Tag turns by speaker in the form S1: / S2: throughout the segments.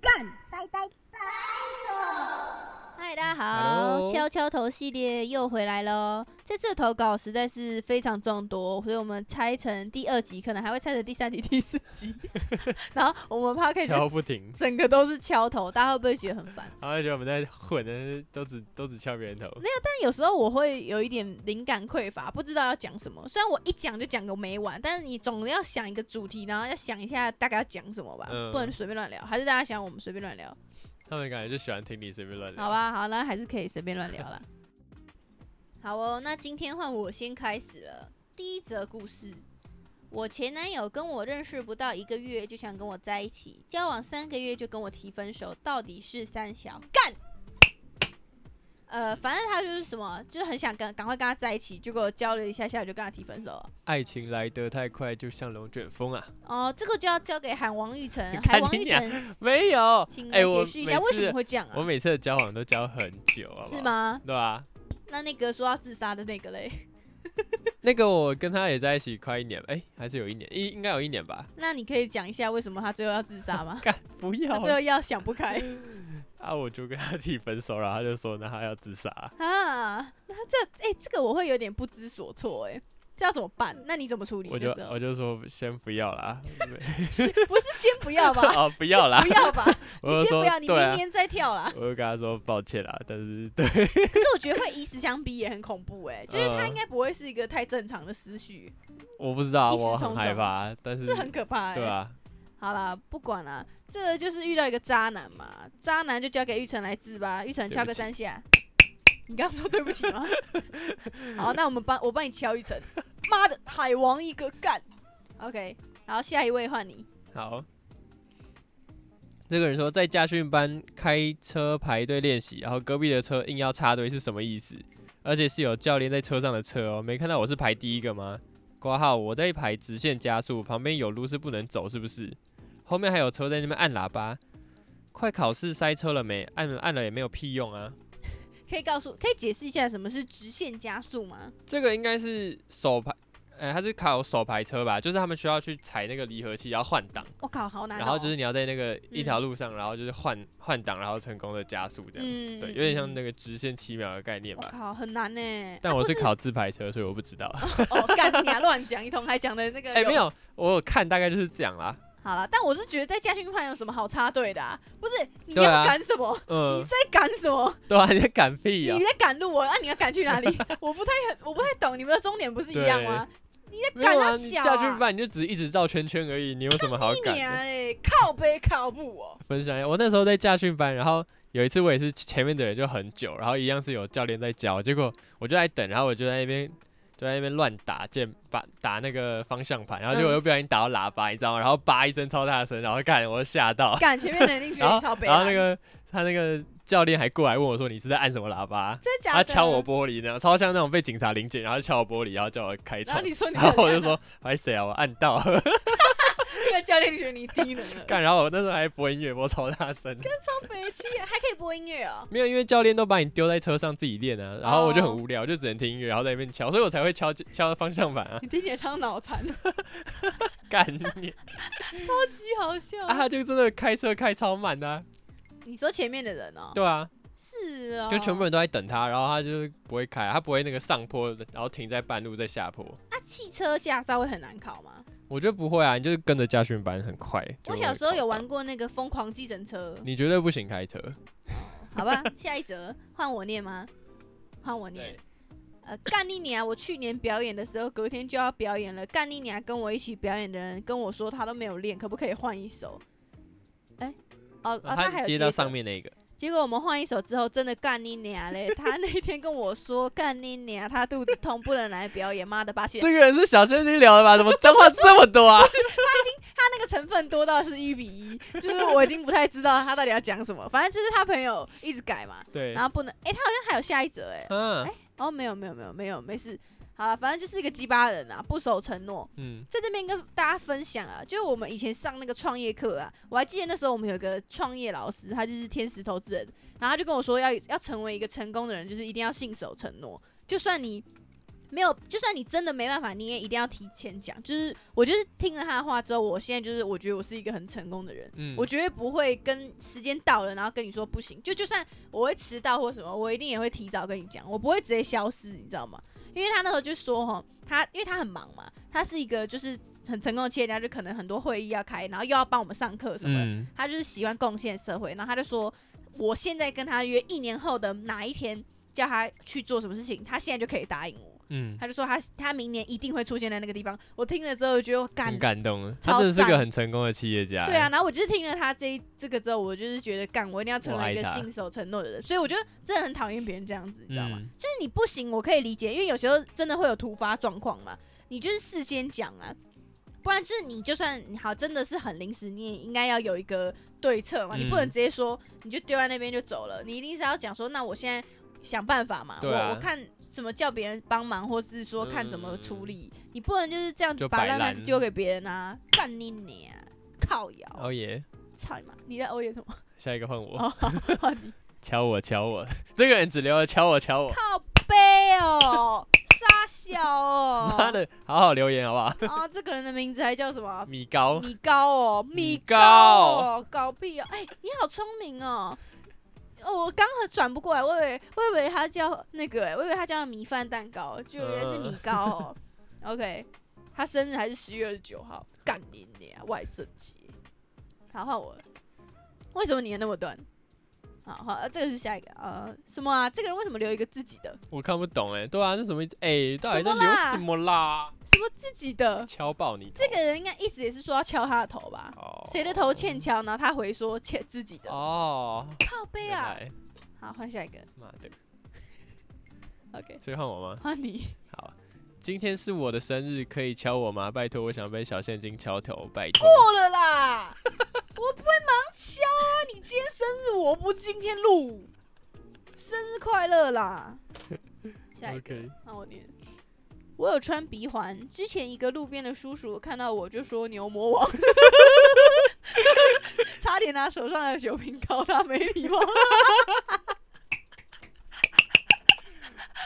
S1: 蛋，呆呆呆
S2: 嗨，大家好，
S3: Hello
S2: 敲敲头系列又回来喽。这次的投稿实在是非常众多，所以我们拆成第二集，可能还会拆成第三集、第四 集。然后我们 p o c a s t
S3: 敲不停，
S2: 整个都是敲头，大家会不会觉得很烦？
S3: 然后就觉得我们在混，但是都只都只敲别人头。
S2: 但有时候我会有一点灵感匮乏，不知道要讲什么。虽然我一讲就讲个没完，但是你总要想一个主题，然后要想一下大概要讲什么吧，
S3: 嗯
S2: 不能随便乱聊。还是大家想我们随便乱聊？
S3: 他们感觉就喜欢听你随便乱聊。
S2: 好，啊吧，好，那还是可以随便乱聊了。 好哦，那今天换我先开始了。第一则故事，我前男友跟我认识不到一个月就想跟我在一起，交往三个月就跟我提分手，到底是三小干？呃，反正他就是什么，就是很想跟赶快跟他在一起，结果交了一下下就跟他提分手了。
S3: 爱情来得太快，就像龙卷风啊！，
S2: 哦，这个就要交给韩王玉成 韩
S3: 看
S2: 王
S3: 你
S2: 玉
S3: 俩
S2: 成，
S3: 没 有，
S2: 请
S3: 哎
S2: 来
S3: 我
S2: 解释一下
S3: 每
S2: 为什
S3: 次
S2: 么会这样
S3: 我
S2: 啊？
S3: 每次的交往都交很久，好不好
S2: 是？吗？
S3: 对啊，
S2: 那那个说要自杀的那个嘞？
S3: 那个我跟他也在一起快一年，哎、还是有一年，应应该有一年吧？？
S2: 那你可以讲一下为什么他最后要自杀吗
S3: 干，不
S2: 他
S3: 要
S2: 最后要想不 开
S3: 啊！我就跟他提分手了，他就说那他要自杀。
S2: 啊！那这哎、这个我会有点不知所措哎、这要怎么办？那你怎么处理
S3: 我
S2: 那
S3: 就
S2: 时候？
S3: 我就说先不要啦，
S2: 不是先不要 吧，
S3: 哦不要啦
S2: 不，要吧， 你
S3: 我就
S2: 先不
S3: 说
S2: 要，你
S3: 对
S2: 明
S3: 啊，
S2: 年再跳 啦。
S3: 我就跟他说抱歉啦，但是对，
S2: 可是我觉得会以死相逼也很恐怖哎、就是他
S3: 嗯
S2: 应该不会是一个太正常的思绪，
S3: 我不知道啊，
S2: 一时
S3: 我
S2: 冲
S3: 很
S2: 动
S3: 害怕，啊但是
S2: 这很可怕哎、
S3: 对啊，
S2: 好啦，不管啦，这个就是遇到一个渣男嘛，渣男就交给玉成来治吧，玉成敲个三下。你刚说对不起 吗？好，那我们帮我帮你敲玉成，妈的，海王一个干。OK，然后下一位换你。
S3: 好。这个人说，在家训班开车排队练习，然后隔壁的车硬要插队是什么意思？而且是有教练在车上的车哦，没看到我是排第一个吗？挂号，我在排直线加速，旁边有路是不能走，是不是？后面还有车在那边按喇叭，快考试塞车了没？按了按了也没有屁用啊！
S2: 可以告诉，可以解释一下什么是直线加速吗？
S3: 这个应该是手排，呃，他是考手排车吧？就是他们需要去踩那个离合器，然后换挡。
S2: 我靠，好难、哦。
S3: 然后就是你要在那个一条
S2: 嗯
S3: 路上，然后就是换换挡，然后成功的加速这样，
S2: 嗯
S3: 对，有点像那
S2: 个。
S3: 个直线七秒的概念
S2: 我
S3: 吧。
S2: 靠，很难呢。
S3: 但
S2: 啊
S3: 我
S2: 不
S3: 是
S2: 是
S3: 考自排车，所以我不知道。
S2: 哦，干你啊，乱讲一通，还讲的那个。
S3: 哎，没。有，我有看大概就是这样啦。
S2: 好了，但我是觉得在家训班有什么好插队的、啊？不是你
S3: 对
S2: 要
S3: 啊
S2: 赶什么？你
S3: 嗯，
S2: 在赶什么？
S3: 对啊，你在赶屁啊
S2: 你？在赶路我，那、你要赶去哪 里？我不太很，我不太懂，你们的终点不是一样吗？
S3: 没有
S2: 赶
S3: 啊，
S2: 到
S3: 你
S2: 小
S3: 下
S2: 啊
S3: 去办你就只是一直绕圈圈而已，你有什么好
S2: 一
S3: 赶
S2: 年
S3: 的？
S2: 啊嘞，靠背靠木哦、
S3: 分享一下，我那时候在驾训班，然后有一次我也是前面的人就很久，然后一样是有教练在教，结果我就在等，然后我就在那边就在那边乱打键把打那个方向盘，然后结果
S2: 嗯
S3: 又不小心打到喇叭，你知道吗？然后叭一声超大声，然后看我就吓到，
S2: 赶前面的一定觉
S3: 然
S2: 得
S3: 后
S2: 超背。
S3: 然后那个他那个教练还过来问我说你是在按什么喇叭？
S2: 真的假
S3: 他
S2: 的？
S3: 敲哦我，玻璃呢，超像那种被警察临检，然后敲我玻璃，然后叫我开
S2: 然后
S3: 窗。
S2: 你说你
S3: 然后我就说，哎谁啊，我按到，
S2: 那个教练觉得你低能了，
S3: 干，然后我那时候还播音乐，播超大声的，
S2: 超悲剧，还可以播音乐哦、
S3: 没有，因为教练都把你丢在车上自己练啊，然后我就
S2: 哦
S3: 很无聊，就只能听音乐，然后在那边敲，所以我才会敲敲方向 盘啊，
S2: 你听起来超脑残，
S3: 干你！
S2: 超级好笑。
S3: 啊，他就真的开车开超慢的啊、
S2: 你说前面的人哦、
S3: 对啊，
S2: 是哦、
S3: 就全部人都在等他，然后他就是不会开啊，他不会那个上坡，然后停在半路再下坡。
S2: 那、汽车驾照会很难考吗？
S3: 我觉得不会啊，你就是跟着家训班很快。就
S2: 我
S3: 会
S2: 小时候有
S3: 考
S2: 玩过那个疯狂计程车
S3: 到，，你绝对不行开车。
S2: 好吧，下一则换我念吗？换我念
S3: 对。，
S2: 呃，干你娘！我去年表演的时候，隔天就要表演了。干你娘！跟我一起表演的人跟我说，他都没有练，可不可以换一首？哎、哦哦，他还
S3: 啊他
S2: 有
S3: 接
S2: 接
S3: 到
S2: 手
S3: 上。面那个，
S2: 结果我们换一首之后，真的干你娘嘞！他那天跟我说，干你娘，他肚子痛，不能来表演。妈的，八千，
S3: 这个人是小仙女聊的吧？怎么脏话这么 多啊？
S2: 他那个成分多到是一比一，就是我已经不太知道他到底要讲什么。反正就是他朋友一直改嘛，
S3: 对啊
S2: 然，后不能。哎、他好像还有下一则哎、
S3: 嗯
S2: 哎哦，没有没有没有没有，没事。好了，反正就是一个鸡巴人啊，不守承诺。
S3: 嗯，
S2: 在这边跟大家分享啊，就是我们以前上那个创业课啊，我还记得那时候我们有个创业老师，他就是天使投资人，然后他就跟我说要要成为一个成功的人，就是一定要信守承诺，就算你没有，就算你真的没办法，你也一定要提前讲。就是我就是听了他的话之后，我现在就是我觉得我是一个很成功的人，
S3: 嗯，
S2: 我绝对不会跟时间到了然后跟你说不行。就就算我会迟到或什么，我一定也会提早跟你讲，我不会直接消失，你知道吗？因为他那时候就说哈，他因为他很忙嘛，他是一个就是很成功的企业家，就可能很多会议要开，然后又要帮我们上课什么的。
S3: 嗯
S2: 他就是喜欢贡献社会，然后他就说，我现在跟他约一年后的哪一天叫他去做什么事情，他现在就可以答应我。
S3: 嗯，
S2: 他就说他他明年一定会出现在那个地方。我听了之后觉得我干
S3: 很，感动啊，
S2: 超
S3: 他真的是个
S2: 赞
S3: 很成功的企业家。欸
S2: 对啊，，然后我就是听了他这一这个之后，我就是觉得干，我一定要成
S3: 我
S2: 为一
S3: 爱
S2: 个
S3: 他
S2: 信守承诺的人。所以我觉得真的很讨厌别人这样子，你知道吗？
S3: 嗯
S2: 就是你不行，我可以理解，因为有时候真的会有突发状况嘛，你就是事先讲啊，不然就是你就算你好真的是很临时，你也应该要有一个对策嘛，
S3: 嗯
S2: 你不能直接说你就丢在那边就走了，你一定是要讲说，那我现在想办法嘛，
S3: 对啊嗯
S2: 我我看怎么叫别人帮忙，或是说看怎么处理，你不能就是这样
S3: 就
S2: 把
S3: 摆
S2: 烂摊
S3: 烂
S2: 子丢给别人啊，干你娘，靠摇，
S3: 哦耶，
S2: 操你妈，你在欧耶什么？
S3: 下一个换我，
S2: 哦好你
S3: 敲我敲我，这个人只留了敲我敲我，
S2: 靠背哦， 傻小哦，
S3: 妈的，好好留言好不好？
S2: 啊，这个人的名字还叫什么？
S3: 米高，
S2: 米高哦，米
S3: 米
S2: 高
S3: 高
S2: 哦，搞屁哦！哎、你好聪明哦！哦，我刚刚转不过来，我以为我以为他叫那个、哎，我以为他叫米饭蛋糕，就原来是米高哦。OK，他生日还是十月二十九号，干你娘，外圣节！好，换我了。为什么你的那么短？好好、呃这个是下一个呃什么啊？这个人为什么留一个自己的？
S3: 我看不懂哎、对啊，那什么意思哎、到底
S2: 什
S3: 在
S2: 么
S3: 留
S2: 啦
S3: 什么啦？
S2: 什么自己的？
S3: 敲爆你头！
S2: 这个人应该意思也是说要敲他的头吧？
S3: 哦
S2: 谁的头欠敲，然后他回说欠自己的，
S3: 哦，
S2: 靠背
S3: 原
S2: 啊！
S3: 来
S2: 好，换下一个
S3: 妈的，
S2: ，OK，
S3: 所以换我吗？
S2: 换你。
S3: 好，今天是我的生日，可以敲我吗？拜托，我想被小现金敲头，拜托。
S2: 够了啦，我不会盲敲啊！你今天生日，我不今天录，生日快乐 啦！下一个，
S3: OK，
S2: 那我念。我有穿鼻环，之前一个路边的叔叔看到我就说牛魔王， 差点拿手上的酒瓶告他没礼 貌。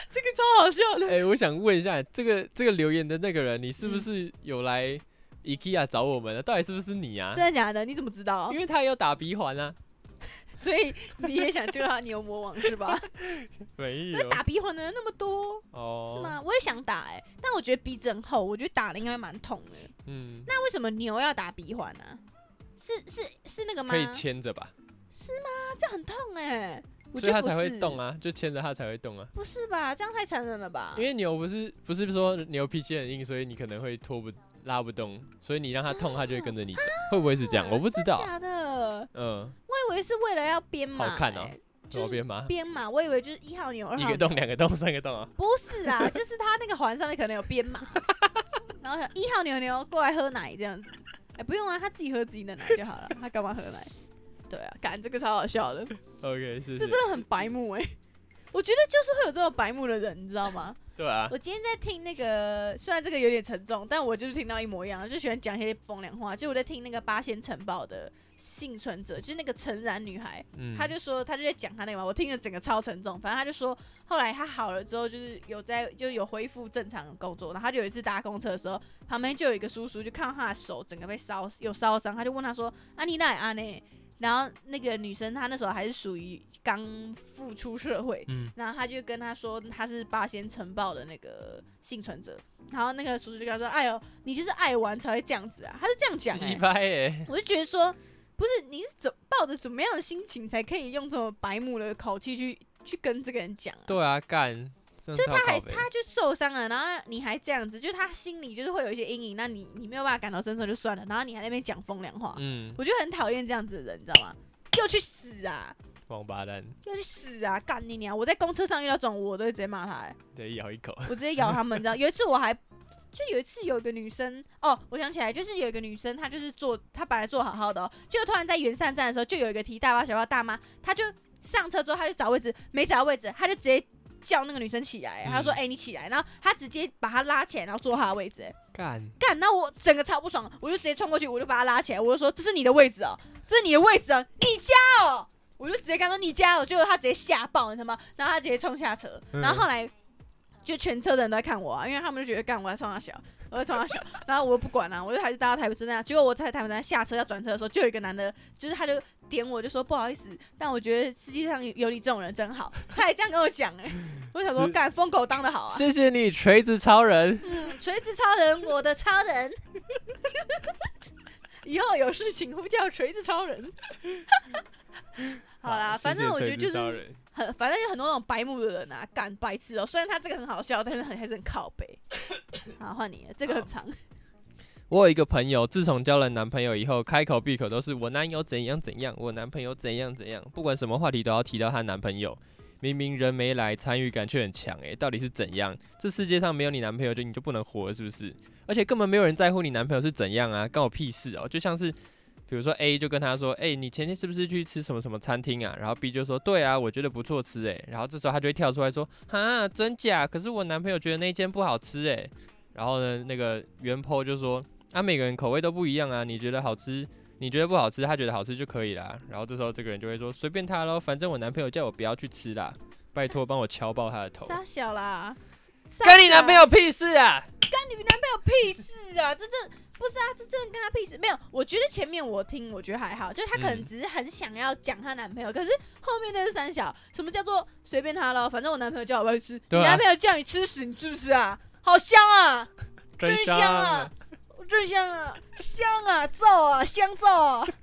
S2: 这个超好笑的，
S3: 哎、我想问一下，这个这个留言的那个人，你是不
S2: 嗯
S3: 是有来 IKEA 找我们的？到底是不是你啊
S2: 真？的假的？你怎么知道
S3: 因？为他有打鼻环啊。
S2: 所以你也想救他牛魔王是吧？
S3: 没
S2: 那
S3: 有
S2: 打鼻环的人那么多，
S3: 哦，
S2: 是？吗？我也想打哎、但我觉得鼻子很厚，我觉得打了应该蛮痛的。
S3: 嗯，
S2: 那为什么牛要打鼻环呢、啊？是是是那个吗？
S3: 可以牵着吧，
S2: 啊这很痛哎、我觉
S3: 所
S2: 得
S3: 以它
S2: 不
S3: 才会
S2: 是
S3: 动啊，就牵着它才会动啊。
S2: 不是吧？这样太残忍了吧
S3: 因？为牛不是不是说牛脾气很硬，所以你可能会拖不拉不动，所以你让它痛，它就会跟着你走，会不会是这样？我不知道。
S2: 假啊的，
S3: 嗯，
S2: 我以为是为了要编码、
S3: 好看哦
S2: 哎就
S3: 左
S2: 是
S3: 边吗？
S2: 编码，我以为就是一号牛、二
S3: 一
S2: 号
S3: 个
S2: 牛，
S3: 洞，两个洞，三个洞啊！
S2: 不是啦， 就是他那个环上面可能有编码， 然后想一号牛牛过来喝奶这样子。哎、不用啊，他自己喝自己的奶就好了，他干嘛喝奶？对啊，感这个超好笑的，
S3: OK，是
S2: 这
S3: 是，
S2: 真的很白目哎、 我觉得就是会有这种白目的人，你知道吗？
S3: 对啊，
S2: 我今天在听那个，虽然这个有点沉重，但我就是听到一模一样，就喜欢讲一些风凉话。就我在听那个八仙城堡的幸存者，就是那个诚然女孩，
S3: 嗯，
S2: 他就说他就在讲他那个嘛，我听了整个超沉重。反正他就说，后来他好了之后，就是有在就有恢复正常的工作。然后他就有一次搭公车的时候，旁边就有一个叔叔，就看到他的手整个被烧有烧伤，他就问他说：“啊，你哪里啊呢？”然后那个女生她那时候还是属于刚复出社会，
S3: 嗯
S2: 然后他就跟他说他是八仙城堡的那个幸存者，然后那个叔叔就跟他说：“哎呦，你就是爱玩才会这样子啊！”他是这样讲、欸
S3: 鸡，掰耶，
S2: 我就觉得说，不是你是怎抱着怎么样的心情才可以用这么白目的口气去去跟这个人讲、啊？
S3: 对啊，干，就
S2: 就是他还他就受伤了，然后你还这样子，就是他心里就是会有一些阴影，那你你没有办法感同身受就算了，然后你还在那边讲风凉话，
S3: 嗯，
S2: 我就很讨厌这样子的人，你知道吗？又去死啊！
S3: 王八蛋，
S2: 又去死啊！干你娘！我在公车上遇到这种，我都会直接骂他、欸，
S3: 得咬一口，
S2: 我直接咬他们，你知道？有一次我还。就有一次，有一个女生哦，我想起来，就是有一个女生，她就是坐，她本来坐好好的、哦，就突然在圆山站的时候，就有一个提大包小包大妈，她就上车之后，她就找位置，没找到位置，她就直接叫那个女生起来，她说：“
S3: 嗯
S2: 哎、你起来。”然后她直接把她拉起来，然后坐她的位置、哎
S3: 干，
S2: 干，那我整个超不爽，我就直接冲过去，我就把他拉起来，我就说这是你的位置哦，这是你的位置哦，你家哦，我就直接跟他说你家哦，结果他直接吓爆，你知道吗？然后他直接冲下车，
S3: 嗯
S2: 然后后来。就全车的人都在看我啊，因为他们就觉得干我在冲他小，我在冲他小，然后我又不管啊，我就还是搭到台北车站。结果我在台北车站下车要转车的时候，就有一个男的，就是他就点我，就说不好意思，但我觉得世界上有你这种人真好，他还这样跟我讲哎、我想说
S3: 是
S2: 干疯狗当的好啊，
S3: 谢谢你，锤子超人。
S2: 嗯，锤子超人，我的超人。 以后有事请呼叫锤子超人。 好啦，反正我觉得就是很，反正有很多那种白目的人啊，干白痴哦、虽然他这个很好笑，但是很还是很靠北。好，换你了，这个很长。
S3: 我有一个朋友，自从交了男朋友以后，开口闭口都是我男友怎样怎样，我男朋友怎样怎样，不管什么话题都要提到她男朋友。明明人没来，参与感却很强，诶，到底是怎样？这世界上没有你男朋友就你就不能活了，是不是？而且根本没有人在乎你男朋友是怎样啊，关我屁事哦、就像是，比如说 A 就跟他说，诶，你前天是不是去吃什么什么餐厅啊？然后 B 就说，对啊，我觉得不错吃，诶。然后这时候他就会跳出来说，哈，真假？可是我男朋友觉得那间不好吃，诶。然后呢，那个原 po 就说，啊，每个人口味都不一样啊，你觉得好吃，你觉得不好吃，他觉得好吃就可以啦。然后这时候这个人就会说，随便他咯，反正我男朋友叫我不要去吃啦，拜托帮我敲爆他的头，
S2: 傻小啦，
S3: 跟你
S2: 傻小
S3: 男朋友屁事啊！
S2: 你们男朋友屁事啊！这这不是啊，这真的跟他屁事没有。我觉得前面我听，我觉得还好，就是她可能
S3: 嗯
S2: 只是很想要讲她男朋友，可是后面那是三小，什么叫做随便他咯，反正我男朋友叫我不要去吃，
S3: 对啊
S2: 你男朋友叫你吃屎，你是不是啊？好香啊，真香啊！我真香啊，香啊，揍啊，香揍啊！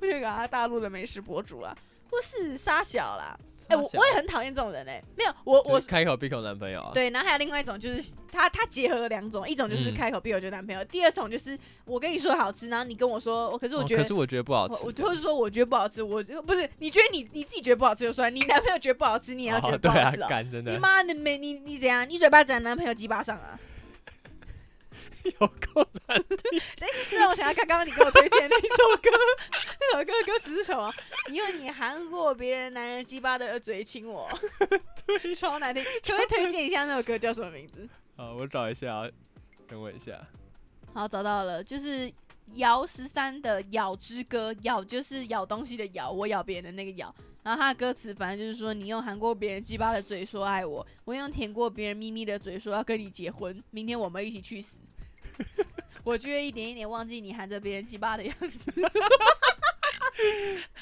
S2: 那个啊，大陆的美食博主啊，不是傻小啦。哎、我我也很讨厌这种人哎、没有我我
S3: 我开口闭口男朋友啊，
S2: 对，然后还有另外一种就是他他结合了两种，一种就是
S3: 嗯
S2: 开口闭口就男朋友，第二种就是我跟你说好吃，然后你跟我说，我可是
S3: 哦，
S2: 我觉得。
S3: 可是我觉得不好
S2: 我我
S3: 吃。
S2: 就会说，我觉得不好吃，我就不是你觉得你你自己觉得不好吃就算，你男朋友觉得不好吃，你也要觉
S3: 哦，
S2: 得不
S3: 对
S2: 好
S3: 啊
S2: 吃、，哦
S3: 干真
S2: 你
S3: 的
S2: 妈，你没你你怎样？你嘴巴长男朋友鸡巴上啊？
S3: 有够难。
S2: 这这让我想到刚刚你给我推荐那首歌，那首歌歌词是什么？因为你含过别人男人鸡巴的嘴亲我， 超难听。可不可以推荐一下那首歌叫什么名字？
S3: 好，我找一下啊，等我一下。
S2: 好，找到了，就是姚十三的《咬之歌》，咬就是咬东西的咬，我咬别人的那个咬。然后他的歌词反正就是说，你用含过别人鸡巴的嘴说爱我，我用舔过别人咪咪的嘴说要跟你结婚，明天我们一起去死。 我就会一点一点忘记你含着别人鸡巴的样子。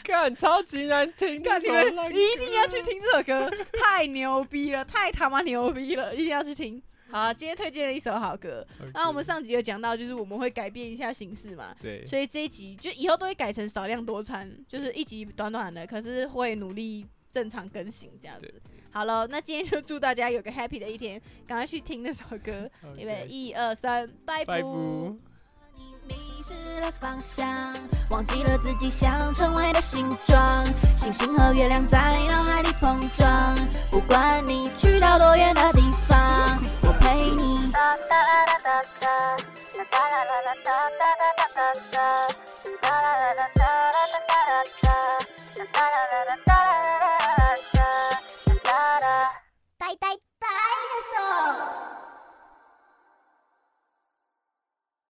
S3: 干，超级难听，
S2: 干
S3: 这
S2: 你
S3: 什么
S2: 们
S3: 烂
S2: 一定要
S3: 歌
S2: 去听这首歌，太牛逼了，太他妈牛逼了，一定要去听。好，今天推荐了一首好歌。那我们
S3: OK，
S2: 上集有讲到，就是我们会改变一下形式嘛，
S3: 对，
S2: 所以这一集就以后都会改成少量多餐，就是一集短短的，可是会努力正常更新这样子
S3: 对。
S2: 好了，那今天就祝大家有个 happy 的一天，赶快去听那首 歌，预备
S3: OK，
S2: 一二三，拜拜。
S3: 拜拜。
S1: 你迷失了方向，忘记了自己想成为的形状。星星和月亮在脑海里碰撞，不管你去到多远的地方，我陪你。